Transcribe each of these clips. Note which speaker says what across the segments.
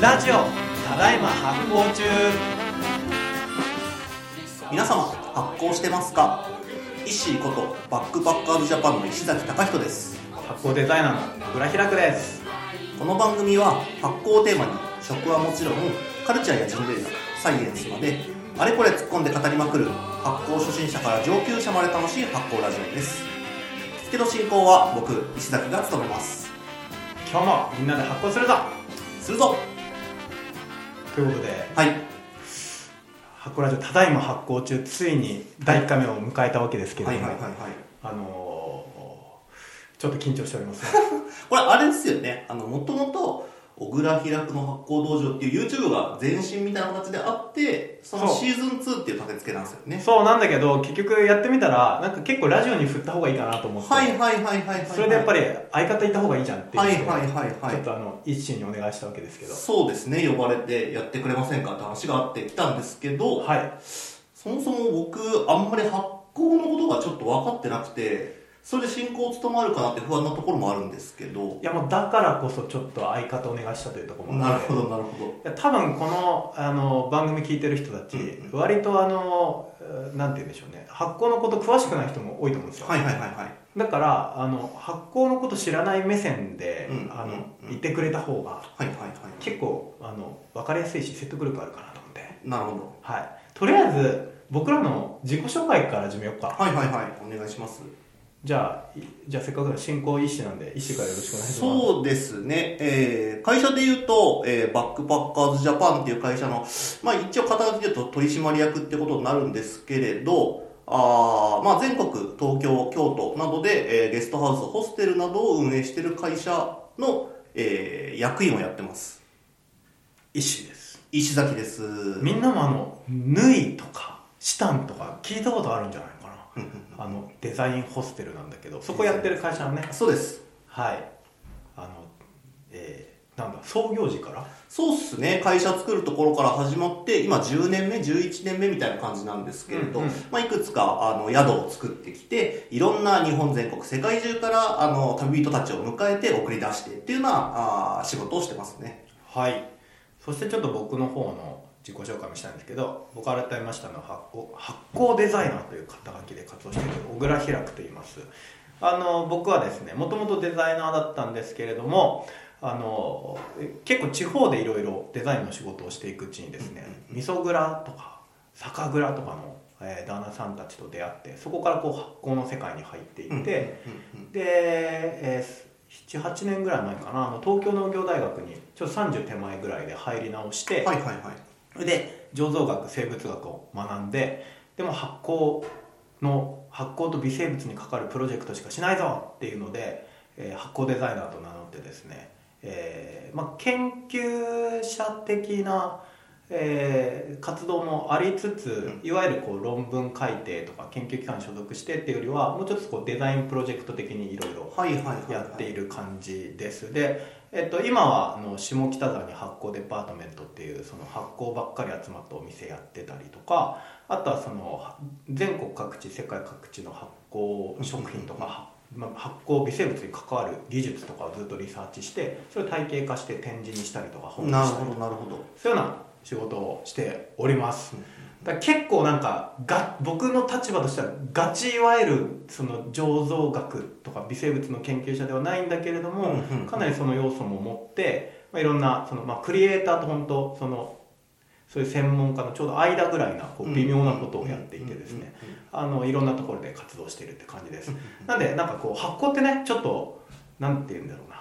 Speaker 1: ラジオただいま発行中
Speaker 2: 皆様発行してますか石井ことバックパッカーズジャパンの石崎隆人です
Speaker 1: 発行デザイナーの小倉開くです
Speaker 2: この番組は発行をテーマに食はもちろんカルチャーや人類学サイエンスまであれこれ突っ込んで語りまくる発行初心者から上級者まで楽しい発行ラジオです聞き手の進行は僕石崎が務めます
Speaker 1: 今日もみんなで発行するぞ
Speaker 2: するぞ
Speaker 1: ということで
Speaker 2: はい
Speaker 1: 発行ラジオただいま発行中ついに第1回目を迎えたわけですけれ
Speaker 2: はい
Speaker 1: ど
Speaker 2: はい
Speaker 1: も、
Speaker 2: はいはい
Speaker 1: あのー、ちょっと緊張しております
Speaker 2: これあれですよねあのもともと小倉開くの発行道場っていう YouTube が前身みたいな形であってその
Speaker 1: そう
Speaker 2: シーズン2っていう立て付けなんですよね
Speaker 1: そうなんだけど結局やってみたらなんか結構ラジオに振った方がいいかなと思って、
Speaker 2: はいはいはいはいはい
Speaker 1: それでやっぱり相方いた方がいいじゃんっていう
Speaker 2: はい
Speaker 1: ので
Speaker 2: はいはいはい
Speaker 1: ちょっとあの一心にお願いしたわけですけど
Speaker 2: そうですね呼ばれてやってくれませんかって話があってきたんですけど、
Speaker 1: はい
Speaker 2: そもそも僕あんまり発行のことがちょっと分かってなくてそれで進行を務まるかなって不安なところもあるんですけど
Speaker 1: いやもうだからこそちょっと相方お願いしたというところも
Speaker 2: な
Speaker 1: あ
Speaker 2: る
Speaker 1: って
Speaker 2: ほどなるほど
Speaker 1: いや多分このあの番組聞いてる人たち、
Speaker 2: うんうん
Speaker 1: 割とあのえーなんて言うんでしょうね発酵のこと詳しくない人も多いと思うんですよ、
Speaker 2: はいはいはいはい
Speaker 1: だからあの発酵のこと知らない目線で、
Speaker 2: うんうん
Speaker 1: あの
Speaker 2: うん
Speaker 1: 言ってくれた方が
Speaker 2: はいはいはい
Speaker 1: 結構あの分かりやすいし説得力あるかなと思って、
Speaker 2: なるほど
Speaker 1: はい、とりあえず僕らの自己紹介から始めようか
Speaker 2: はいはいはいお願いします
Speaker 1: じゃあいじゃあせっかくの進行医師なんで医師からよろしくお願いします
Speaker 2: そうですね、えー会社で言うと、えーバックパッカーズジャパンっていう会社の、まあ、一応肩書きで言うと取締役ってことになるんですけれど、あーまあ、全国、東京、京都などで、えーゲストハウス、ホステルなどを運営している会社の、えー役員をやってます。
Speaker 1: 医師です
Speaker 2: 石崎です。
Speaker 1: みんなもあの「縫い」とか「シタン」とか聞いたことあるんじゃないかな
Speaker 2: うんうん
Speaker 1: あのデザインホステルなんだけどそこやってる会社のね
Speaker 2: そうです。
Speaker 1: はいあのえー、なんだ創業時から
Speaker 2: そうっすね会社作るところから始まって今10年目11年目みたいな感じなんですけれど、
Speaker 1: うんうん
Speaker 2: まあ、いくつかあの宿を作ってきていろんな日本全国世界中からあの旅人たちを迎えて送り出してっていうようなあー仕事をしてますね
Speaker 1: はいそしてちょっと僕の方の自己紹介もしたいんですけど僕改めましたのは発酵発酵デザイナーという肩書きで活動している小倉開くと言いますあの僕はですねもともとデザイナーだったんですけれどもあのえ結構地方でいろいろデザインの仕事をしていくうちにですね味噌蔵とか酒蔵とかの、えー旦那さんたちと出会ってそこからこう発酵の世界に入っていって、
Speaker 2: うんうん
Speaker 1: で、えー78年ぐらい前かなあの東京農業大学にちょっと30手前ぐらいで入り直して、
Speaker 2: はいはいはい
Speaker 1: で醸造学生物学を学んででも発酵の発酵と微生物にかかるプロジェクトしかしないぞっていうので、えー発酵デザイナーと名乗ってですね、えーまあ、研究者的な、えー活動もありつついわゆるこう論文改定とか研究機関に所属してっていうよりはもうちょっとこうデザインプロジェクト的にいろいろ
Speaker 2: はいはいはい
Speaker 1: やってい
Speaker 2: る
Speaker 1: る感じですで、えっと、今はあの下北沢に発酵デパートメントっていうその発酵ばっかり集まったお店やってたりとかあとはその全国各地世界各地の発酵食品とか、まあ、発酵微生物に関わる技術とかをずっとリサーチしてそれを体系化して展示にしたりとか本に
Speaker 2: なる
Speaker 1: したりと
Speaker 2: ほど
Speaker 1: か
Speaker 2: なるほど
Speaker 1: そういうような仕事をしております。だから結構なんかが僕の立場としてはガチいわゆるその醸造学とか微生物の研究者ではないんだけれども、
Speaker 2: うんうんうん
Speaker 1: かなりその要素も持って、まあ、いろんなその、まあ、クリエイターと本当そのそういう専門家のちょうど間ぐらいなこう微妙なことをやっていてですねあのいろんなところで活動しているって感じですなんでなんかこう発酵ってねちょっとなんて言うんだろうな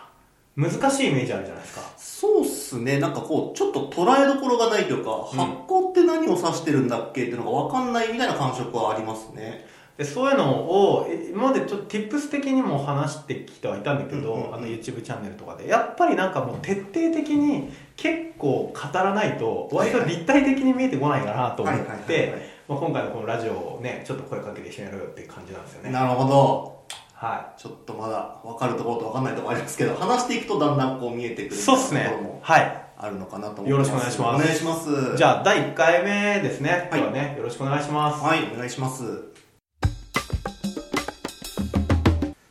Speaker 1: 難しいイメージあるじゃないですか
Speaker 2: そうっすねなんかこうちょっと捉えどころがないというか、
Speaker 1: うん
Speaker 2: 発行って何を指してるんだっけっていうのが分かんないみたいな感触はありますね
Speaker 1: でそういうのをえ今までちょっと tips 的にも話してきてはいたんだけど、
Speaker 2: うんうんうん
Speaker 1: あの YouTube チャンネルとかでやっぱりなんかもう徹底的に結構語らないと割と立体的に見えてこないかなと思っ
Speaker 2: はいはいはい
Speaker 1: て
Speaker 2: はい
Speaker 1: まあ今回のこのラジオをねちょっと声かけて一緒にやろうよっていう感じなんですよね
Speaker 2: なるほど。
Speaker 1: は
Speaker 2: ちょっとまだ分かるところと分かんないところありますけど、話していくとだんだんこう見えてく
Speaker 1: い
Speaker 2: る
Speaker 1: そうっす
Speaker 2: ところ
Speaker 1: ね
Speaker 2: も
Speaker 1: はい
Speaker 2: あるのかなと思
Speaker 1: よろしくお願いします
Speaker 2: お願いします。
Speaker 1: じゃあ第1回目ですね、
Speaker 2: はい
Speaker 1: 今日はねよろしくお願いします、
Speaker 2: はい、お願いします。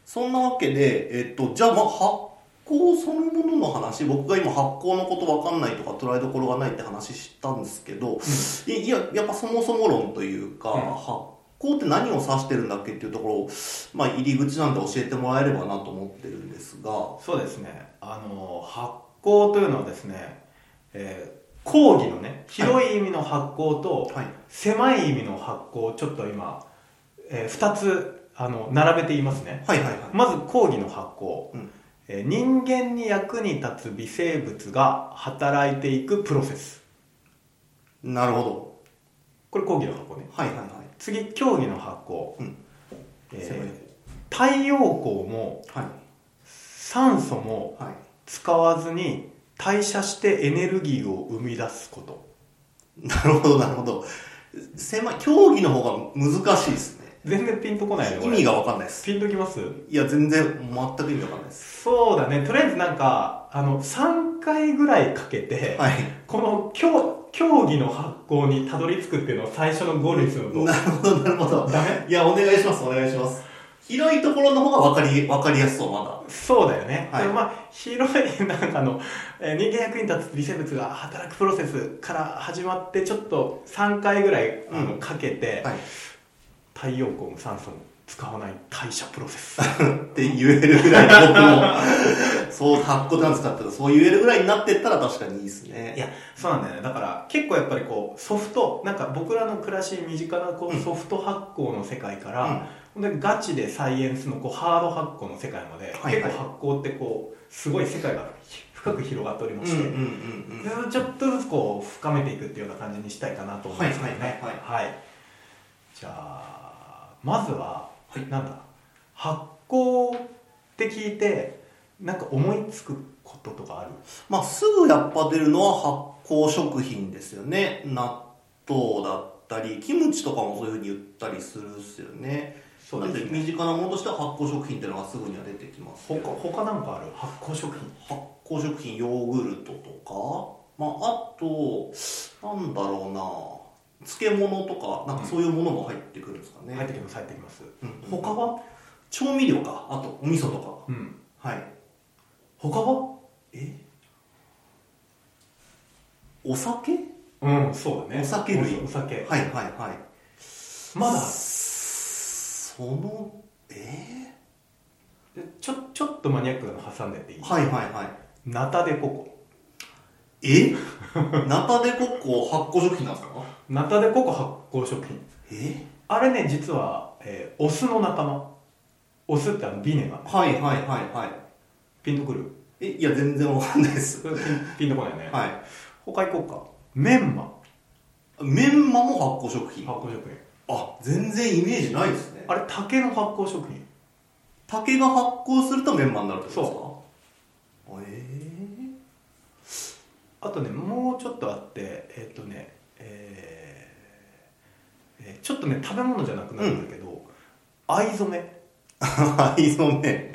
Speaker 2: そんなわけで、えっと、じゃあまあ、発行そのものの話僕が今発行のこと分かんないとか捉えどころがないって話したんですけど、いいややっぱそもそも論というか、
Speaker 1: うん
Speaker 2: 発行って何を指してるんだっけっていうところを、まあ、入り口なんで教えてもらえればなと思ってるんですが
Speaker 1: そうですねあの発酵というのはですね、えー、講義のね広い意味の発酵と、
Speaker 2: はい
Speaker 1: 狭い意味の発酵をちょっと今、え2つあの並べていますね
Speaker 2: はいはいはい
Speaker 1: まず講義の発酵、
Speaker 2: うん
Speaker 1: えー人間に役に立つ微生物が働いていくプロセス
Speaker 2: なるほど
Speaker 1: これ講義の発酵ね
Speaker 2: はいはいはい
Speaker 1: 次競技の発酵、
Speaker 2: うん狭い
Speaker 1: えー太陽光も
Speaker 2: はい
Speaker 1: 酸素も
Speaker 2: はい
Speaker 1: 使わずに代謝してエネルギーを生み出すこと
Speaker 2: なるほどなるほど狭い競技の方が難しいですね
Speaker 1: 全然ピンとこないね
Speaker 2: 意
Speaker 1: これ
Speaker 2: 味が分かんないです
Speaker 1: ピンときます
Speaker 2: いや全然全く意味わかんないです
Speaker 1: そうだねとりあえずなんかあの3回ぐらいかけて、
Speaker 2: はい
Speaker 1: この競競技の発酵にたどり着くっていうのを最初のゴールにするのと
Speaker 2: なるほどなるほど
Speaker 1: ダメ
Speaker 2: いやお願いしますお願いします広いところの方が分かり分かりやすそうまだ
Speaker 1: そうだよね、
Speaker 2: はい
Speaker 1: でもまあ広いなんかあの、えー人間役に立つ微生物が働くプロセスから始まってちょっと3回ぐらい、あの
Speaker 2: うん
Speaker 1: かけて、
Speaker 2: はい
Speaker 1: 太陽光も酸素も使わない代謝プロセス
Speaker 2: って言えるぐらい僕もそう発酵なんですかってそう言えるぐらいになってったら確かにいいですね
Speaker 1: いやそうなんだよねだから結構やっぱりこうソフトなんか僕らの暮らし身近なこう、
Speaker 2: うん
Speaker 1: ソフト発酵の世界か
Speaker 2: うん
Speaker 1: ら、本当にガチでサイエンスのこうハード発酵の世界まで、
Speaker 2: はいはい
Speaker 1: 結構発酵ってこうすごい世界が深く広がっておりま
Speaker 2: うんう
Speaker 1: し
Speaker 2: ん
Speaker 1: て、
Speaker 2: うんうん
Speaker 1: ちょっとずつこう深めていくっていうような感じにしたいかなと思いますけどね
Speaker 2: はいはい
Speaker 1: はいじゃあまずは、
Speaker 2: はい
Speaker 1: なんだ発酵って聞いてなんか思いつくこととかある
Speaker 2: まあすぐやっぱ出るのは発酵食品ですよね納豆だったりキムチとかもそういうふうに言ったりするっすよね
Speaker 1: そ
Speaker 2: なんで身近なものとしては発酵食品っていうのがすぐには出てきますけ
Speaker 1: 他
Speaker 2: ど
Speaker 1: 他なんかある発酵食品
Speaker 2: 発酵食品ヨーグルトとか、まあ、あとなんだろうな漬物とかなんかそういうものも入ってくるんですかね、
Speaker 1: 入ってきます入ってきます
Speaker 2: うん
Speaker 1: 他は
Speaker 2: 調味料かあとお味噌と
Speaker 1: うん
Speaker 2: かはい
Speaker 1: 他は
Speaker 2: えお酒
Speaker 1: うんそうだね
Speaker 2: お酒類
Speaker 1: おお酒
Speaker 2: はいはいはい
Speaker 1: まだ
Speaker 2: そのえ
Speaker 1: ちょちょっとマニアックなの挟んでっていい
Speaker 2: ー、はいはいは
Speaker 1: ナタデココ
Speaker 2: いえナタデココ発酵食品なんですか
Speaker 1: ナタデココ発酵食品
Speaker 2: え
Speaker 1: あれね実は、えーオスの仲間オスってあのビネが
Speaker 2: はいはいはいはい
Speaker 1: ピンとくる
Speaker 2: えいや全然わかんないです
Speaker 1: それピンピンとこないよね、
Speaker 2: は
Speaker 1: 他行こうかメンマ
Speaker 2: いメンマも発酵食品
Speaker 1: 発酵食品
Speaker 2: あ全然イメージないですね
Speaker 1: あれ竹の発酵食品
Speaker 2: 竹が発酵するとメンマになるってことですか
Speaker 1: あとねもうちょっとあってえっ、とねえーえーちょっとね食べ物じゃなくなるんだけど、藍染め
Speaker 2: えー、藍染め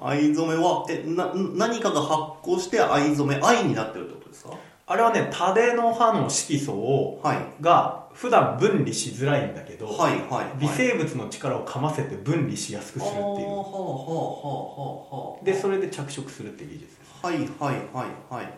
Speaker 2: 藍染めはえな何かが発酵して藍染め藍になってるってことですか
Speaker 1: あれはねタデの葉の色素を
Speaker 2: はい
Speaker 1: が普段分離しづらいんだけど、
Speaker 2: はいはい、はい、
Speaker 1: 微生物の力をかませて分離しやすくするって
Speaker 2: あー
Speaker 1: い
Speaker 2: は
Speaker 1: う
Speaker 2: あはあはあはあはあ
Speaker 1: でそれで着色するって技術です
Speaker 2: はいはいはいはい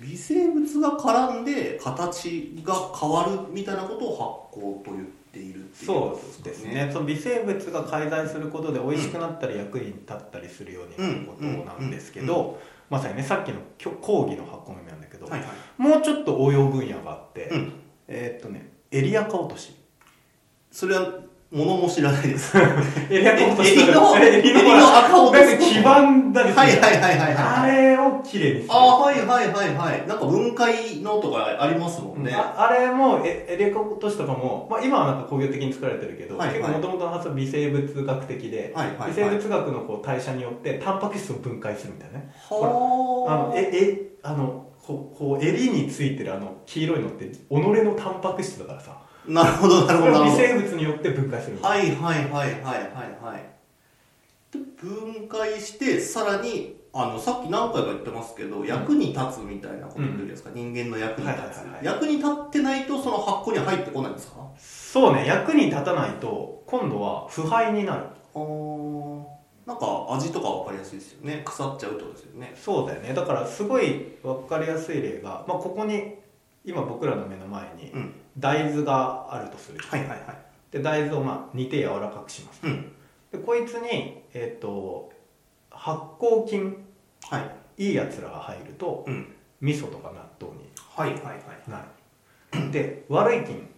Speaker 2: 微生物が絡んで形が変わるみたいなことを発酵と言っているっていうこ
Speaker 1: そ
Speaker 2: と
Speaker 1: うですねその微生物が介在することで美味しくなったり役に立ったりするようになることなんですけ
Speaker 2: うん
Speaker 1: どまさにねさっきのきょ講義の箱の目なんだけど、
Speaker 2: はいはい
Speaker 1: もうちょっと応用分野があって、
Speaker 2: うん
Speaker 1: えーっとねエリアカ落とし
Speaker 2: それは物も知らないです
Speaker 1: エリアカ落とし
Speaker 2: 襟の
Speaker 1: 襟の
Speaker 2: 襟の赤落とし
Speaker 1: なんか基盤だですね
Speaker 2: はいはいはいはい
Speaker 1: あ
Speaker 2: はい
Speaker 1: れをきれいにする
Speaker 2: ああはいはいはいはいなんか分解のとかありますもんね、
Speaker 1: ああれもえエリアカ落としとかも、まあ、今はなんか工業的に作られてるけど、
Speaker 2: はいはい
Speaker 1: 結構もともとの発想は微生物学的で、
Speaker 2: はいはいはい
Speaker 1: 微生物学のこう代謝によってタンパク質を分解するみたいなねあ
Speaker 2: は
Speaker 1: の
Speaker 2: あ
Speaker 1: ええあのこうこう襟についてるあの黄色いのって己のタンパク質だからさ
Speaker 2: なるほどな
Speaker 1: そ
Speaker 2: るほ
Speaker 1: れ
Speaker 2: ど
Speaker 1: を
Speaker 2: なる
Speaker 1: 微
Speaker 2: ほど
Speaker 1: 生物によって分解するみた
Speaker 2: はいいはいはいはいはいはいで分解してさらにあのさっき何回か言ってますけど、役に立つみたいなこと言ってるじゃないですか、人間の役に立つ、
Speaker 1: はいはいはい
Speaker 2: 役に立ってないとその発酵には入ってこないんですか
Speaker 1: そうね役に立たないと今度は腐敗になる
Speaker 2: あーなんか味とか分かりやすいですよね腐っちゃうってことですよね
Speaker 1: そうだよねだからすごい分かりやすい例が、まあ、ここに今僕らの目の前に
Speaker 2: うん
Speaker 1: 大豆があるとするじゃん
Speaker 2: はいはいはい
Speaker 1: で大豆をまあ煮て柔らかくします
Speaker 2: うん
Speaker 1: でこいつに、えっと発酵菌
Speaker 2: はい
Speaker 1: いいやつらが入ると
Speaker 2: うん
Speaker 1: 味噌とか納豆に
Speaker 2: はいはいはい
Speaker 1: なるで悪い菌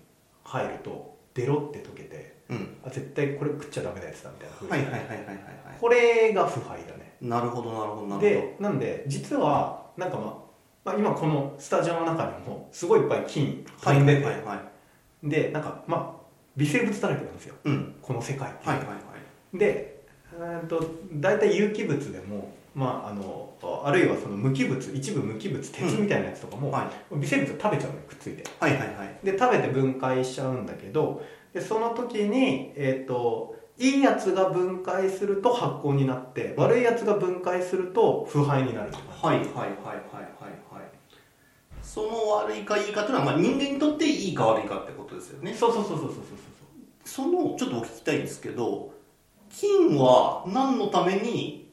Speaker 1: 入るとデロって溶けて
Speaker 2: うん
Speaker 1: あ絶対これ食っちゃダメなやつだみたいな風に
Speaker 2: はいはいはいはいはいは
Speaker 1: これが腐敗だね
Speaker 2: いなるほどなるほどなるほど
Speaker 1: でなんで実はなんか、まあ、まあ今このスタジオの中にもすごいいっぱい菌
Speaker 2: はい
Speaker 1: 飛んでて、
Speaker 2: はいはい
Speaker 1: でなんかまあ微生物だらけなんですよ
Speaker 2: うん
Speaker 1: この世界って、
Speaker 2: はいはいはい
Speaker 1: でうーんと大体有機物でもまああのあるいはその無機物一部無機物鉄みたいなやつとかも、
Speaker 2: はい
Speaker 1: 微生物を食べちゃうのよくっついて
Speaker 2: はいはいはい
Speaker 1: で食べて分解しちゃうんだけどでその時にえっ、といいやつが分解すると発酵になって悪いやつが分解すると腐敗になるって感じ
Speaker 2: はいはいはいはいはいはいその悪いかいいかというのは、まあ、人間にとっていいか悪いかってことですよね
Speaker 1: そうそうそうそうそうそう
Speaker 2: そのちょっとお聞きたいんですけど菌は何のために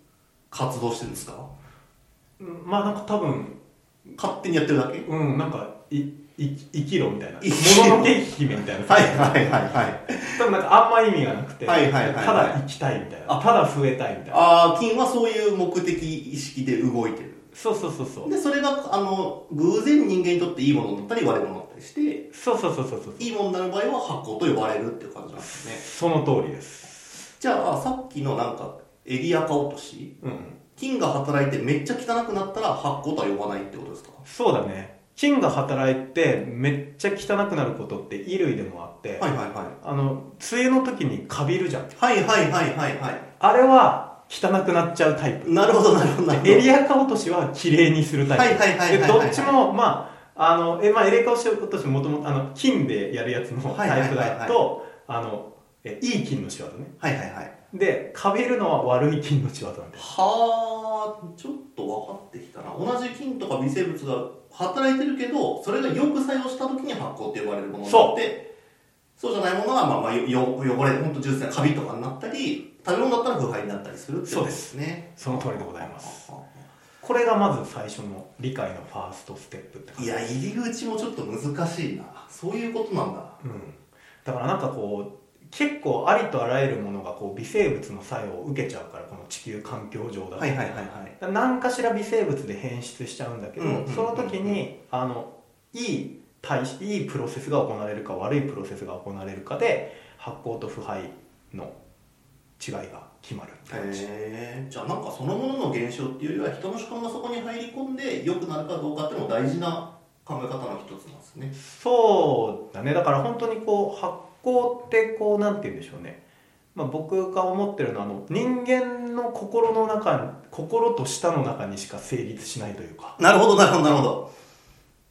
Speaker 2: 活動してるんですか
Speaker 1: そううんまあなんか多分
Speaker 2: 勝手にやってるだけ
Speaker 1: うんなんかいい生きろみたいなも
Speaker 2: 生きろ
Speaker 1: ののけ姫みたいな
Speaker 2: はいはいはいはい
Speaker 1: 多分なんかあんま意味がなくて、
Speaker 2: はいはいはいはい
Speaker 1: ただ生きたいみたいな
Speaker 2: あ
Speaker 1: ただ増えたいみたいな
Speaker 2: ああ菌はそういう目的意識で動いてる
Speaker 1: そうそうそうそう
Speaker 2: でそれがあの偶然人間にとっていいものだったり悪いものだったりして
Speaker 1: そうそうそうそうそう
Speaker 2: いいものになる場合は発酵と呼ばれるっていう感じなんですね
Speaker 1: その通りです
Speaker 2: じゃあさっきのなんかエリア化落とし
Speaker 1: うん
Speaker 2: 菌が働いてめっちゃ汚くなったら発酵とは呼ばないってことですか
Speaker 1: そうだね菌が働いてめっちゃ汚くなることって衣類でもあって、
Speaker 2: はいはいはい
Speaker 1: あの梅雨の時にカビるじゃん
Speaker 2: はいはいはいはいは
Speaker 1: あれは汚くなっちゃうタイプ
Speaker 2: いなるほどなるほどなるほど
Speaker 1: エリア化落としは綺麗にするタイプ。
Speaker 2: はいはいはいはいはいはい
Speaker 1: でどっちも、まあ、あの、え、まあ、エリア化落としもともと、あの、金でやるやつの
Speaker 2: はいはいはい
Speaker 1: タ
Speaker 2: は
Speaker 1: イ
Speaker 2: い
Speaker 1: プだと、あの、え、いい金の仕業ね。
Speaker 2: はいはいはい
Speaker 1: で、かびるのは悪い金の仕業なんだよ。
Speaker 2: はあちょっと分かってきたな同じ菌とか微生物が働いてるけどそれがよく作用した時に発酵って呼ばれるものになってそうじゃないものが、まあまあ、よよ汚れ本当純粋なカビとかになったり食べ物だったら腐敗になったりするってことですね
Speaker 1: その通りでございます。
Speaker 2: は
Speaker 1: これがまず最初の理解のファーストステップって
Speaker 2: あ
Speaker 1: 感
Speaker 2: い
Speaker 1: じ。
Speaker 2: や入り口もちょっと難しいなそういうことなんだ
Speaker 1: うん。だからなんかこう、結構ありとあらゆるものがこう微生物の作用を受けちゃうから、この地球環境上だと。
Speaker 2: はいはいはいはい
Speaker 1: 何かしら微生物で変質しちゃうんだけど、
Speaker 2: うんうんうんうん
Speaker 1: その時にあのいい対しいいプロセスが行われるか悪いプロセスが行われるかで発酵と腐敗の違いが決まるって感じ
Speaker 2: へえじゃあなんかそのものの現象っていうよりは人の主観がそこに入り込んで良くなるかどうかっていうのも大事な考え方の一つなんですね
Speaker 1: そうだねだから本当にこう発酵ってこうなんて言うんでしょうね、まあ、僕が思ってるのはあの人間の心の中心と舌の中にしか成立しないというか
Speaker 2: なるほどなるほどなるほど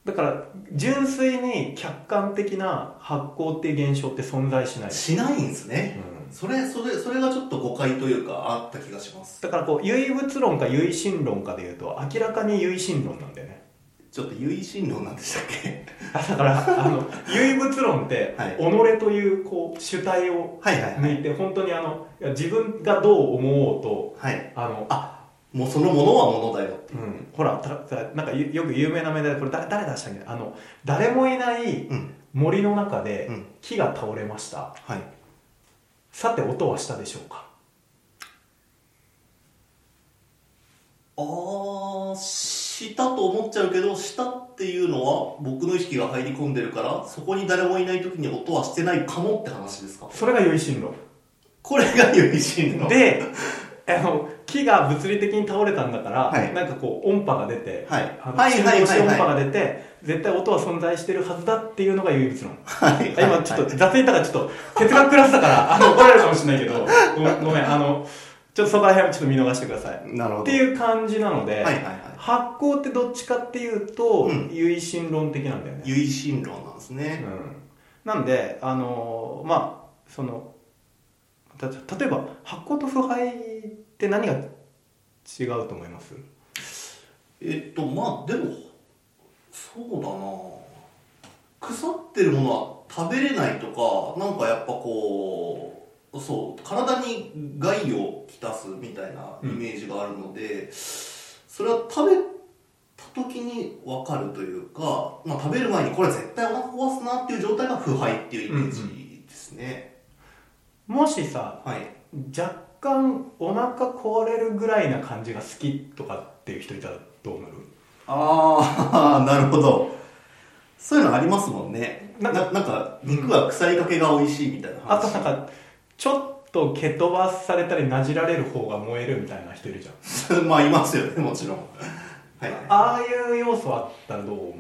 Speaker 1: だから純粋に客観的な発酵っていう現象って存在しない
Speaker 2: しないんですね
Speaker 1: うん
Speaker 2: それそれそれがちょっと誤解というかあった気がします
Speaker 1: だからこう唯物論か唯心論かでいうと明らかに唯心論なんだよね
Speaker 2: ちょっと唯心論なんでしたっ け
Speaker 1: あだからあの唯物論って、
Speaker 2: はい
Speaker 1: 己というこう主体を
Speaker 2: はいはいはい
Speaker 1: 抜いて本当にあのいや自分がどう思おうと
Speaker 2: はい
Speaker 1: あの
Speaker 2: もうそのものはものだよ
Speaker 1: うん、ほらたたなんかゆよく有名な名題でこれ誰誰出したっけあの誰もいない
Speaker 2: うん
Speaker 1: 森の中で
Speaker 2: うん
Speaker 1: 木が倒れました、
Speaker 2: はい
Speaker 1: さて音はしたでしょうか
Speaker 2: あーしたと思っちゃうけどしたっていうのは僕の意識が入り込んでるからそこに誰もいない時に音はしてないかもって話ですか
Speaker 1: それが唯心論
Speaker 2: これが唯心 論
Speaker 1: であの木が物理的に倒れたんだから、
Speaker 2: はい
Speaker 1: なんかこう音波が出て、
Speaker 2: はい
Speaker 1: あの
Speaker 2: はいはいはい
Speaker 1: 振動して
Speaker 2: はい
Speaker 1: 音波が出て絶対音は存在してるはずだっていうのが唯物論
Speaker 2: はいはい
Speaker 1: 今ちょっと雑に言ったからちょっと哲学クラスだからあの怒られるかもしれないけどごめんごめんあのちょっとそこら辺はちょっと見逃してください
Speaker 2: なるほど
Speaker 1: っていう感じなので、
Speaker 2: はいはいはい
Speaker 1: 発酵ってどっちかっていうと、
Speaker 2: うん
Speaker 1: 唯心論的なんだよね
Speaker 2: 唯心論なんですね、
Speaker 1: うん、なんであのーまあそのた例えば発酵と腐敗って何が違うと思います
Speaker 2: えっとまあでもそうだな腐ってるものは食べれないとかなんかやっぱこうそう体に害をきたすみたいなイメージがあるので、それは食べた時に分かるというか、まあ、食べる前にこれ絶対お腹壊すなっていう状態が腐敗っていうイメージですね、
Speaker 1: もしさ
Speaker 2: はい
Speaker 1: 若干お腹壊れるぐらいな感じが好きとかっていう人いたらどうなる
Speaker 2: ああ なるほどそういうのありますもんね
Speaker 1: な
Speaker 2: なんん
Speaker 1: か
Speaker 2: かなんか肉は腐りかけが美味しいみたいな
Speaker 1: あ
Speaker 2: 話
Speaker 1: となんかちょっと蹴飛ばされたりなじられる方が燃えるみたいな人いるじゃん
Speaker 2: まあいますよねもちろんはい
Speaker 1: ああいう要素あったらどう思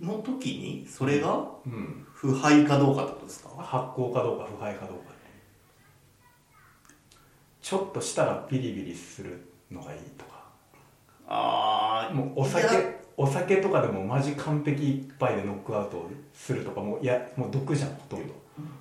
Speaker 2: の時にそれが
Speaker 1: ううん
Speaker 2: 腐敗かどうかってことですか
Speaker 1: 発酵かどうか腐敗かどうかちょっとしたらビリビリするのがいいとか
Speaker 2: ああ
Speaker 1: もうお
Speaker 2: いや
Speaker 1: 酒お酒とかでもマジ完璧一杯でノックアウトするとかもういやもう毒じゃんほとんど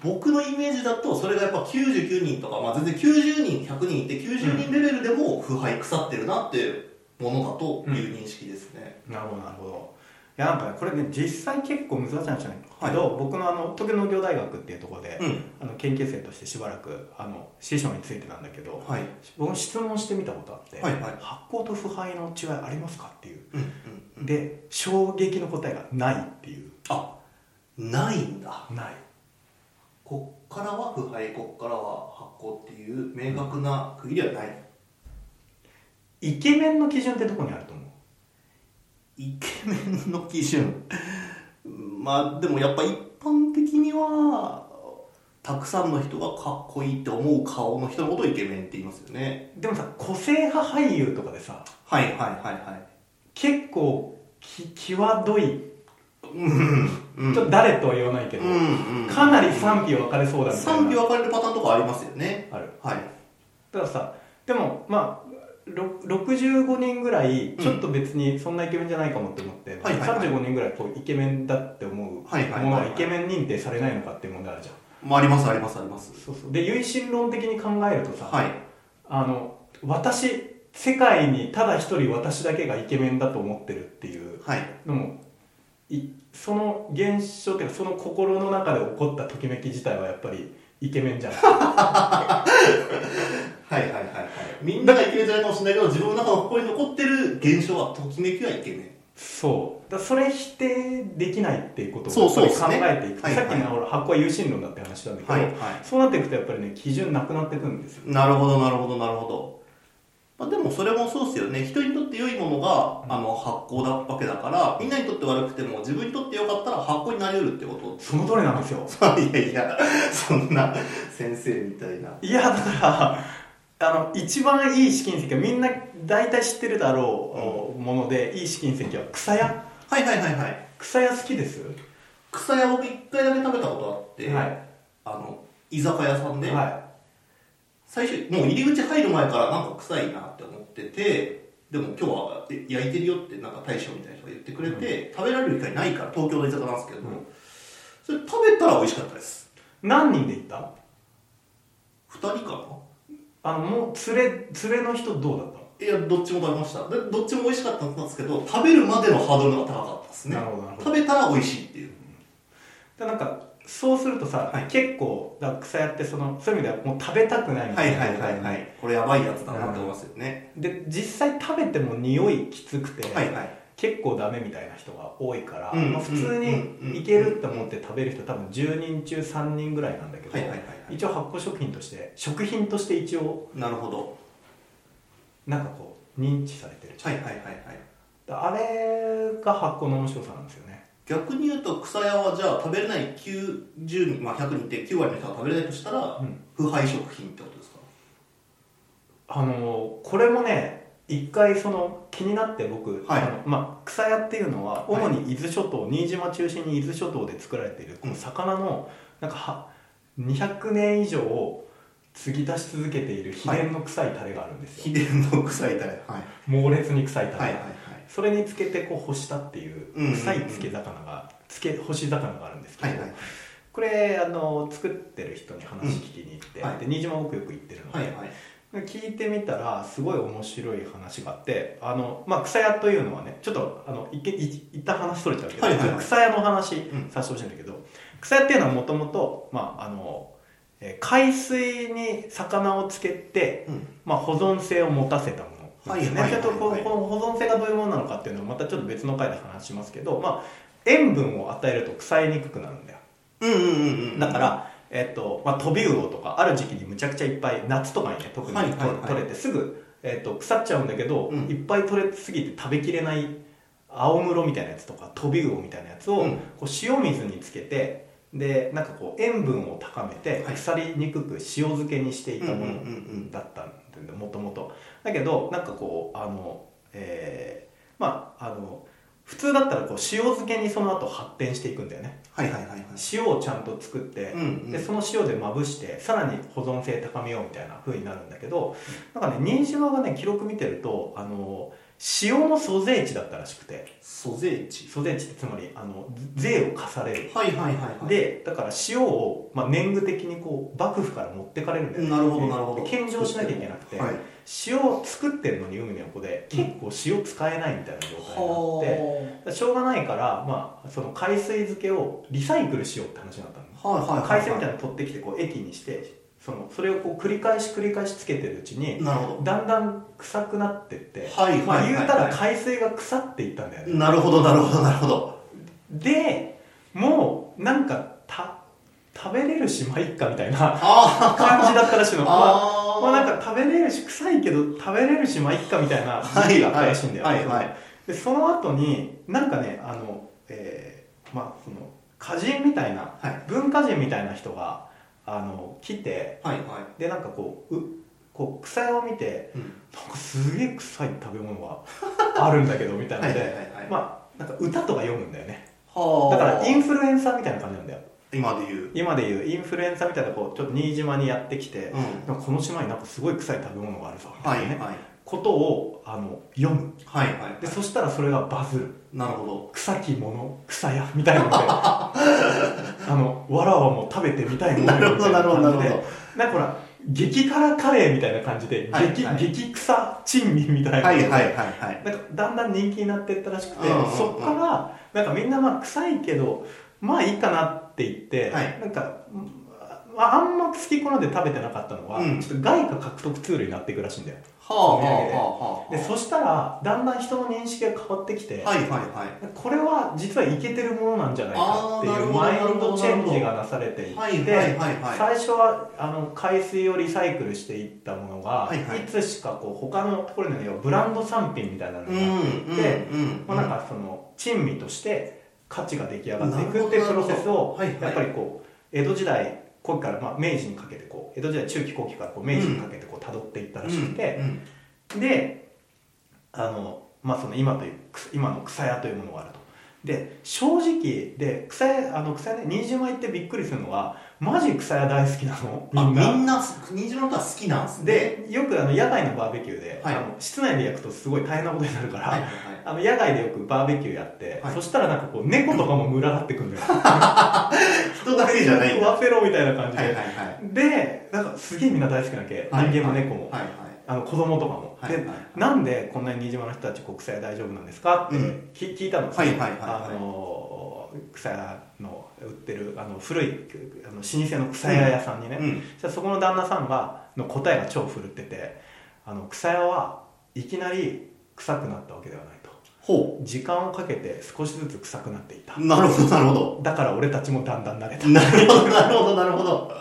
Speaker 2: 僕のイメージだとそれがやっぱ99人とか、まあ、全然90人100人いて90人レベルでも腐敗腐ってるなっていうものだという認識ですね、
Speaker 1: なるほどなるほどいやなんかねこれね実際結構難しい話なんですけど、僕のあの東京農業大学っていうところで、
Speaker 2: うん
Speaker 1: あの研究生としてしばらくあの師匠についてなんだけど
Speaker 2: はい、
Speaker 1: 僕質問してみたことあって、
Speaker 2: はいはい
Speaker 1: 発酵と腐敗の違いありますかっていう
Speaker 2: うんうん、
Speaker 1: で衝撃の答えがないっていう
Speaker 2: あないんだ
Speaker 1: ない
Speaker 2: こっからは腐敗こっからは発酵っていう明確な区切りはない、
Speaker 1: イケメンの基準ってどこにあると思う
Speaker 2: イケメンの基準まあでもやっぱ一般的にはたくさんの人がかっこいいって思う顔の人のことをイケメンって言いますよね
Speaker 1: でもさ個性派俳優とかでさ
Speaker 2: はいはいはいはい
Speaker 1: 結構き際どい
Speaker 2: うんうん
Speaker 1: ちょっと誰とは言わないけど、
Speaker 2: うんうん
Speaker 1: かなり賛否分かれそうだみたいな
Speaker 2: 賛否分かれるパターンとかありますよね
Speaker 1: ある
Speaker 2: はい
Speaker 1: だからさでもまあろ65人ぐらいちょっと別にそんなイケメンじゃないかもって思って、
Speaker 2: はいはいはい
Speaker 1: 35人ぐらいこうイケメンだって思うも
Speaker 2: はいはい
Speaker 1: の
Speaker 2: はい
Speaker 1: は
Speaker 2: はい
Speaker 1: イケメン認定されないのかっていう問題あるじゃん、
Speaker 2: まあありますありますあります
Speaker 1: そうそうで唯心論的に考えるとさ、
Speaker 2: はい
Speaker 1: あの私世界にただ一人私だけがイケメンだと思ってるっていう
Speaker 2: はい
Speaker 1: のもいその現象っていうかその心の中で起こったときめき自体はやっぱりイケメンじゃん
Speaker 2: はいはいはいはいみんながイケメンじゃないかもしれないけど自分の中の心に残ってる現象はときめきはイケメン
Speaker 1: そうだからそれ否定できないっていうことをや
Speaker 2: そう
Speaker 1: っぱり
Speaker 2: そうですね
Speaker 1: 考えていくと
Speaker 2: はい
Speaker 1: さっき
Speaker 2: はい
Speaker 1: のほら発酵は有心論だって話なんだけど、
Speaker 2: はいはい
Speaker 1: そうなっていくとやっぱりね基準なくなってくるんですよ
Speaker 2: なるほどなるほどなるほど、まあ、でもそれもそうですよね人にとって良いものがあの発酵だわけだからみんなにとって悪くても自分にとって良かったら発酵になりうるってこと
Speaker 1: その通りなんですよ
Speaker 2: いやいやそんな先生みたいない
Speaker 1: やだからあの一番いい試金石はみんな大体知ってるだろうもので、いい試金石は草屋
Speaker 2: はいはいはいはい
Speaker 1: 草屋好きです
Speaker 2: 草屋僕一回だけ食べたことあって、
Speaker 1: はい
Speaker 2: あの居酒屋さんで、
Speaker 1: は
Speaker 2: 最初もう入り口入る前からなんか臭いなって思っててでも今日はえ焼いてるよってなんか大将みたいな人が言ってくれて、食べられる機会ないから東京の居酒屋なんですけど、
Speaker 1: うん
Speaker 2: それ食べたら美味しかったです
Speaker 1: い何人で行った
Speaker 2: 2人か
Speaker 1: あのもう連れ連れの人どうだったの
Speaker 2: ないやどっちも食べましたでどっちも美味しかったんですけど食べるまでのハードルが高かったですね
Speaker 1: なるほどなるほど
Speaker 2: 食べたら美味しいっていう
Speaker 1: だからなんかそうするとさ、
Speaker 2: はい
Speaker 1: 結構だから草屋ってそのそういう意味ではもう食べたくないみ
Speaker 2: は
Speaker 1: たい
Speaker 2: い
Speaker 1: な
Speaker 2: はいはいはいこれやばいやつだなって思いますよね、
Speaker 1: で実際食べても匂いきつくて、
Speaker 2: はいはい
Speaker 1: 結構ダメみたいな人が多いから、
Speaker 2: うん
Speaker 1: まあ、普通
Speaker 2: うん
Speaker 1: にいけるって思って食べる人多分10人中3人ぐらいなんだけど、
Speaker 2: はいはいはいはい
Speaker 1: 一応発酵食品として食品として一応
Speaker 2: なるほど
Speaker 1: なんかこう認知されてるじゃ
Speaker 2: は
Speaker 1: ん
Speaker 2: いはいはいはい
Speaker 1: あれが発酵の面白さなんですよね
Speaker 2: 逆に言うと草屋はじゃあ食べれない90人、まあ、100人って9割の人が食べれないとしたら、
Speaker 1: うん
Speaker 2: 腐敗食品ってことですか
Speaker 1: あのこれもね一回その気になって僕、
Speaker 2: はい
Speaker 1: あのまあ、草屋っていうのは
Speaker 2: はい
Speaker 1: 主に伊豆諸島、新島中心に伊豆諸島で作られているこ
Speaker 2: う
Speaker 1: の
Speaker 2: ん
Speaker 1: 魚のなんかは200年以上継ぎ足し続けている秘伝の臭いタレがあるんですよ、
Speaker 2: 秘伝の臭いタレはい
Speaker 1: 猛烈に臭いタレ、
Speaker 2: はいはいはい
Speaker 1: それにつけてこう干したっていう
Speaker 2: うんうんうん
Speaker 1: 臭い漬け魚が漬け干し魚があるんですけ
Speaker 2: は
Speaker 1: ど、
Speaker 2: いはい
Speaker 1: これあの作ってる人に話聞きに行って、
Speaker 2: うんはい
Speaker 1: で新島僕よく行ってるので、
Speaker 2: はいはい
Speaker 1: 聞いてみたらすごい面白い話があってあの、まあ、草屋というのはねちょっとあのいけい一旦話取れちゃうけど、
Speaker 2: はいはいはい
Speaker 1: 草屋の話
Speaker 2: ん
Speaker 1: させてほしいんだけど、草屋っていうのはもともとえー海水に魚をつけて、
Speaker 2: うん
Speaker 1: まあ、保存性を持たせたもの
Speaker 2: はい
Speaker 1: ですね
Speaker 2: はい
Speaker 1: ちょっとこ
Speaker 2: は
Speaker 1: う
Speaker 2: い
Speaker 1: この保存性がどういうものなのかっていうのをまたちょっと別の回で話しますけど、まあ、塩分を与えると腐りにくくなるんだよ
Speaker 2: うんうんうんうん
Speaker 1: だから、えっとまあ、トビウオとかある時期にむちゃくちゃいっぱい夏とかにね特に
Speaker 2: はい
Speaker 1: 取,、
Speaker 2: はいはい
Speaker 1: れてすぐ、えっと腐っちゃうんだけど、
Speaker 2: うん
Speaker 1: いっぱい取れすぎて食べきれない青室みたいなやつとかトビウオみたいなやつを、
Speaker 2: うん
Speaker 1: こう塩水につけてでなんかこう塩分を高めて
Speaker 2: はい
Speaker 1: 腐りにくく塩漬けにしていたも
Speaker 2: うんうんうんうん
Speaker 1: のだったんだよねもともとだけどなんかこうあのえーまああの普通だったらこう塩漬けにその後発展していくんだよね
Speaker 2: はいはいはいはい
Speaker 1: 塩をちゃんと作って、
Speaker 2: うんうん
Speaker 1: でその塩でまぶしてさらに保存性高めようみたいな風になるんだけどなんかね新島がね記録見てるとあの塩の租税値だったらしくて
Speaker 2: ソゼーチ
Speaker 1: 租税値ってつまりあの税を課される
Speaker 2: はいはいはいはい
Speaker 1: でだから塩を、まあ、年貢的にこう幕府から持ってかれるんだよね
Speaker 2: なるほどなるほど
Speaker 1: で献上しなきゃいけなくて、
Speaker 2: はい
Speaker 1: 塩を作ってるのに海の横で結構塩使えないみたいな状態になって、だからしょうがないから、まあ、その海水漬けをリサイクルしようって話になったの
Speaker 2: はいはいはい
Speaker 1: 海鮮みたい
Speaker 2: い
Speaker 1: なの取ってきてこう液にしてそのそれをこう繰り返し繰り返しつけてるうちに
Speaker 2: なるほ
Speaker 1: だんだん臭くなってって、
Speaker 2: はい
Speaker 1: ま
Speaker 2: は
Speaker 1: あ、
Speaker 2: いはい
Speaker 1: 言うたら海水が腐っていったんだよね、
Speaker 2: どなるほどなるほどなるほど
Speaker 1: でもうなんかた食べれるしまあいっかみたい な
Speaker 2: あ
Speaker 1: 感じだったらしい
Speaker 2: ー
Speaker 1: のまあ
Speaker 2: あー
Speaker 1: まあなんか食べれるし臭いけど食べれるしまあいっかみたいな時期があったらしいんだよ、
Speaker 2: はいはいはい
Speaker 1: でその後になんかねあの、えーまあその歌人みたいな
Speaker 2: はい
Speaker 1: 文化人みたいな人があの来て
Speaker 2: はいは
Speaker 1: でなんかこううこう草を見て
Speaker 2: いうん
Speaker 1: なんかすげえ臭い食べ物が あるんだけどみたいな
Speaker 2: は
Speaker 1: の
Speaker 2: い
Speaker 1: で
Speaker 2: はいはいはい
Speaker 1: まあなんか歌とか読むんだよね
Speaker 2: は
Speaker 1: だ
Speaker 2: あ
Speaker 1: からインフルエンサーみたいな感じなんだよ
Speaker 2: 今で言う
Speaker 1: 今でいうインフルエンサーみたいなこうちょっと新島にやってきて、
Speaker 2: うん
Speaker 1: なんかこの島になんかすごい臭い食べ物があるぞみ
Speaker 2: は
Speaker 1: た
Speaker 2: い
Speaker 1: いな、
Speaker 2: は
Speaker 1: ね
Speaker 2: い
Speaker 1: ことをあの読む
Speaker 2: はいは
Speaker 1: でそしたらそれがバズる
Speaker 2: いなるほど
Speaker 1: 草木物草屋みたい なのであのわらわも食べてみたいもの
Speaker 2: な
Speaker 1: よ
Speaker 2: るほどなるほどなるほど
Speaker 1: なんかほら、激辛カレーみたいな感じで、
Speaker 2: はい
Speaker 1: 激、
Speaker 2: はい
Speaker 1: 激臭珍味みたいな。
Speaker 2: はいはいはいはい
Speaker 1: なんかだんだん人気になっていったらしくて、
Speaker 2: うんうんうん
Speaker 1: そっから、なんかみんなまあ臭いけど、まあいいかなって言って、
Speaker 2: はい
Speaker 1: なんか、うんまあ、あんま好き好んで食べてなかったのは、
Speaker 2: うん
Speaker 1: ちょっと外貨獲得ツールになっていくらしいんだよ。
Speaker 2: はあはあはあ
Speaker 1: で、そしたら、だんだん人の認識が変わってきて、
Speaker 2: はいはいはい
Speaker 1: これは実はいけてるものなんじゃないかってい
Speaker 2: あーなる
Speaker 1: う
Speaker 2: ほど
Speaker 1: マインドチェンジがなされていて、
Speaker 2: はいはいはいはい
Speaker 1: 最初はあの海水をリサイクルしていったものが、
Speaker 2: はい
Speaker 1: い
Speaker 2: はい
Speaker 1: つしかこう他のところの要はブランド産品みたいなの
Speaker 2: う
Speaker 1: が、
Speaker 2: ん
Speaker 1: も
Speaker 2: うん
Speaker 1: で
Speaker 2: うん
Speaker 1: うなんかその珍味として価値が出来上がってい
Speaker 2: なる
Speaker 1: く
Speaker 2: ほ
Speaker 1: っ
Speaker 2: ど
Speaker 1: ていうプロセスを、
Speaker 2: なるほどはいはい
Speaker 1: やっぱりこう江戸時代後期から、まあ、明治にかけてこう江戸時代中期後期からこう明治にかけてこう辿っていったらしくて、
Speaker 2: うんうん
Speaker 1: であの、まあ、その今というく今の草屋というものがあるとで正直で草屋あの草屋ね新島行ってびっくりするのはマジ草屋大好きなのみ
Speaker 2: あ
Speaker 1: んな
Speaker 2: みんな虹の歌好きなんですね
Speaker 1: でよくあの野外のバーベキューで、
Speaker 2: はい
Speaker 1: あの室内で焼くとすごい大変なことになるから、
Speaker 2: はいはい
Speaker 1: あの野外でよくバーベキューやって、
Speaker 2: はい
Speaker 1: そしたらなんかこう猫とかも群がってくるんだよ
Speaker 2: 人だけじゃないん
Speaker 1: 食
Speaker 2: だ
Speaker 1: わせろみたいな感じで、
Speaker 2: はいはいはい
Speaker 1: でなんかすげえみんな大好きなわけ、
Speaker 2: はい
Speaker 1: 人間も猫も、
Speaker 2: はいはい
Speaker 1: あの子供とかも、
Speaker 2: はいはい
Speaker 1: でなんでこんなに新島の人たち国際大丈夫なんですかって
Speaker 2: うん
Speaker 1: き、聞いたの
Speaker 2: はいはいはいはい
Speaker 1: あの草屋の売ってるあの古いあの老舗の草屋屋さんにね、
Speaker 2: うん
Speaker 1: じゃあそこの旦那さんがの答えが超振るっててあの草屋はいきなり臭くなったわけではないと
Speaker 2: ほ
Speaker 1: 時間をかけて少しずつ臭くなっていた
Speaker 2: うなるほどなるほど
Speaker 1: だから俺たちもだんだん慣れた
Speaker 2: なるほどなるほどなるほど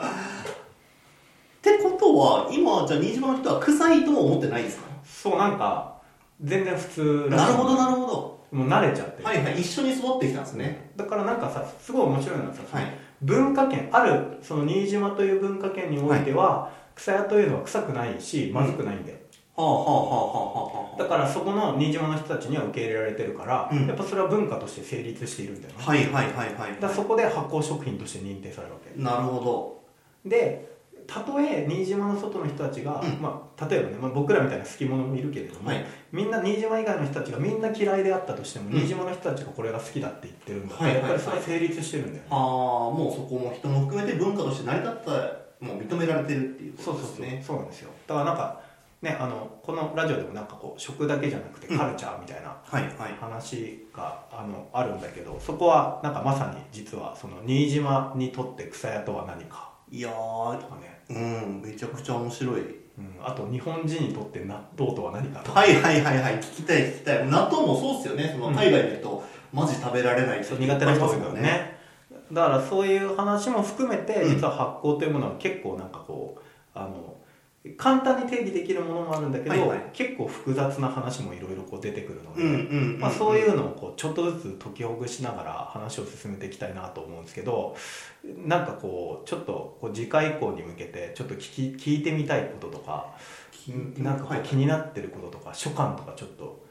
Speaker 2: ってことは今じゃあ新島の人は臭いとも思ってないんですか
Speaker 1: そうなんか全然普通らし
Speaker 2: ないるほどなるほど
Speaker 1: もう慣れちゃってる、
Speaker 2: はいはい一緒に育ってきたんですね
Speaker 1: だからなんかさすごい面白いのはさ、
Speaker 2: はい
Speaker 1: 文化圏あるその新島という文化圏においては、草屋というのは臭くないしまずくないんだよ、
Speaker 2: はあはあはあはあはあ
Speaker 1: だからそこの新島の人たちには受け入れられてるから、
Speaker 2: うん
Speaker 1: やっぱそれは文化として成立しているんだよね、
Speaker 2: はいはいはいはい
Speaker 1: だからそこで発酵食品として認定されるわけ
Speaker 2: なるほ
Speaker 1: でたとえ新島の外の人たちが、
Speaker 2: うん
Speaker 1: まあ、例えばね、まあ、僕らみたいな好き者もいるけれど
Speaker 2: ど
Speaker 1: も、
Speaker 2: はい
Speaker 1: みんな新島以外の人たちがみんな嫌いであったとしても、
Speaker 2: うん
Speaker 1: 新島の人たちがこれが好きだって言ってるんだった
Speaker 2: は
Speaker 1: ら
Speaker 2: いは
Speaker 1: や
Speaker 2: い
Speaker 1: っ
Speaker 2: はい
Speaker 1: ぱりそれは成立してるんだよね、
Speaker 2: ああもうそこも人も含めて文化として成り立ったもう認められてるっていうこ
Speaker 1: そう
Speaker 2: と
Speaker 1: そう
Speaker 2: で
Speaker 1: そう
Speaker 2: すね
Speaker 1: そうなんですよだからなんかねあのこのラジオでもなんかこう食だけじゃなくて
Speaker 2: うん
Speaker 1: カルチャーみたいな
Speaker 2: はいはい
Speaker 1: 話が、あのあるんだけどそこはなんかまさに実はその新島にとって草屋とは何か
Speaker 2: いやー
Speaker 1: とかね、
Speaker 2: うんめちゃくちゃ面白い
Speaker 1: うん、あと日本人にとって納豆とは何かとか、
Speaker 2: はいはいはいはい聞きたい聞きたい納豆もそうっすよねその
Speaker 1: うん
Speaker 2: 海外の人、マジ食べられない
Speaker 1: そ
Speaker 2: 人
Speaker 1: う苦手な人多いから
Speaker 2: いっぱいいますもん
Speaker 1: ねだからそういう話も含めて
Speaker 2: うん
Speaker 1: 実は発酵というものは結構なんかこうあの簡単に定義できるものもあるんだけど、
Speaker 2: はいはい
Speaker 1: 結構複雑な話もいろいろこう出てくるので、
Speaker 2: うんうんんん
Speaker 1: まあ、そういうのをこうちょっとずつ解きほぐしながら話を進めていきたいなと思うんですけどなんかこうちょっとこう次回以降に向けてちょっと聞き聞いてみたいこととか
Speaker 2: 聞いてみ
Speaker 1: なんかこ
Speaker 2: はいう
Speaker 1: 気になってることとか書簡とかちょっと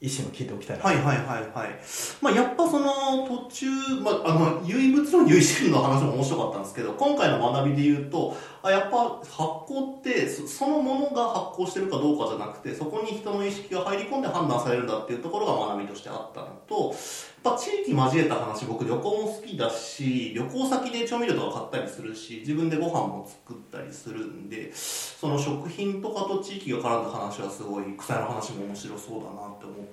Speaker 1: 意思も聞いておきたいなと
Speaker 2: はいはいはいはい。まあ、やっぱその途中、まあ、あの、唯物論唯心の話も面白かったんですけど、今回の学びで言うと、あやっぱ発酵ってそ、そのものが発酵してるかどうかじゃなくて、そこに人の意識が入り込んで判断されるんだっていうところが学びとしてあったのと、やっぱ地域交えた話、僕旅行も好きだし、旅行先で調味料とか買ったりするし、自分でご飯も作ったりするんで、その食品とかと地域が絡んだ話はすごい、草屋の話も面白そうだなって思って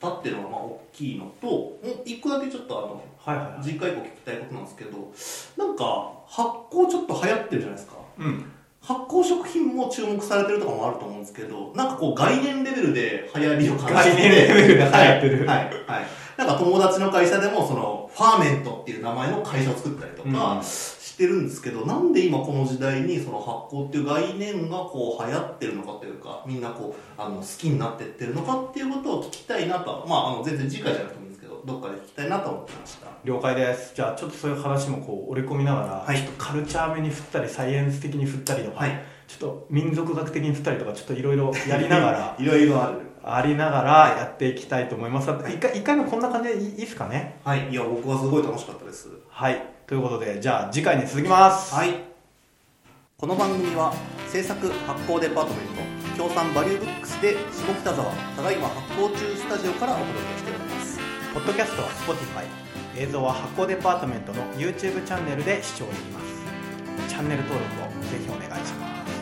Speaker 2: だっていうのがまあ大きいのともう一個だけちょっとあの
Speaker 1: はいはいはい
Speaker 2: 次回以降聞きたいことなんですけどなんか発酵ちょっと流行ってるじゃないですか
Speaker 1: うん
Speaker 2: 発酵食品も注目されてるとかもあると思うんですけどなんかこう概念レベルで流行りを感じて
Speaker 1: 概念レベルで流行ってる
Speaker 2: はいはい、はい、なんか友達の会社でもそのファーメントっていう名前の会社を作ったりと
Speaker 1: う
Speaker 2: か
Speaker 1: ん
Speaker 2: してるんですけど、なんで今この時代にその発酵っていう概念がこう流行ってるのかというかみんなこうあの好きになってってるのかっていうことを聞きたいなとはまああの全然次回じゃなくてもいいんですけどどっかで聞きたいなと思ってました
Speaker 1: 了解ですじゃあちょっとそういう話もこう織り込みながら、
Speaker 2: はい
Speaker 1: ちょっとカルチャー目に振ったりサイエンス的に振ったりとか、
Speaker 2: はい
Speaker 1: ちょっと民族学的に振ったりとかちょっといろいろやりながら
Speaker 2: いろいろある
Speaker 1: ありながらやっていきたいと思います。一回一回目こんな感じでいいですかね
Speaker 2: はいいや僕はすごい楽しかったです
Speaker 1: はい。ということで、じゃあ次回に続きます。
Speaker 2: はい。この番組は制作発行デパートメント協賛バリューブックスで下北沢ただいま発行中スタジオからお届けしております。
Speaker 1: ポッドキャストは Spotify、映像は発行デパートメントの YouTube チャンネルで視聴できます。チャンネル登録をぜひお願いします。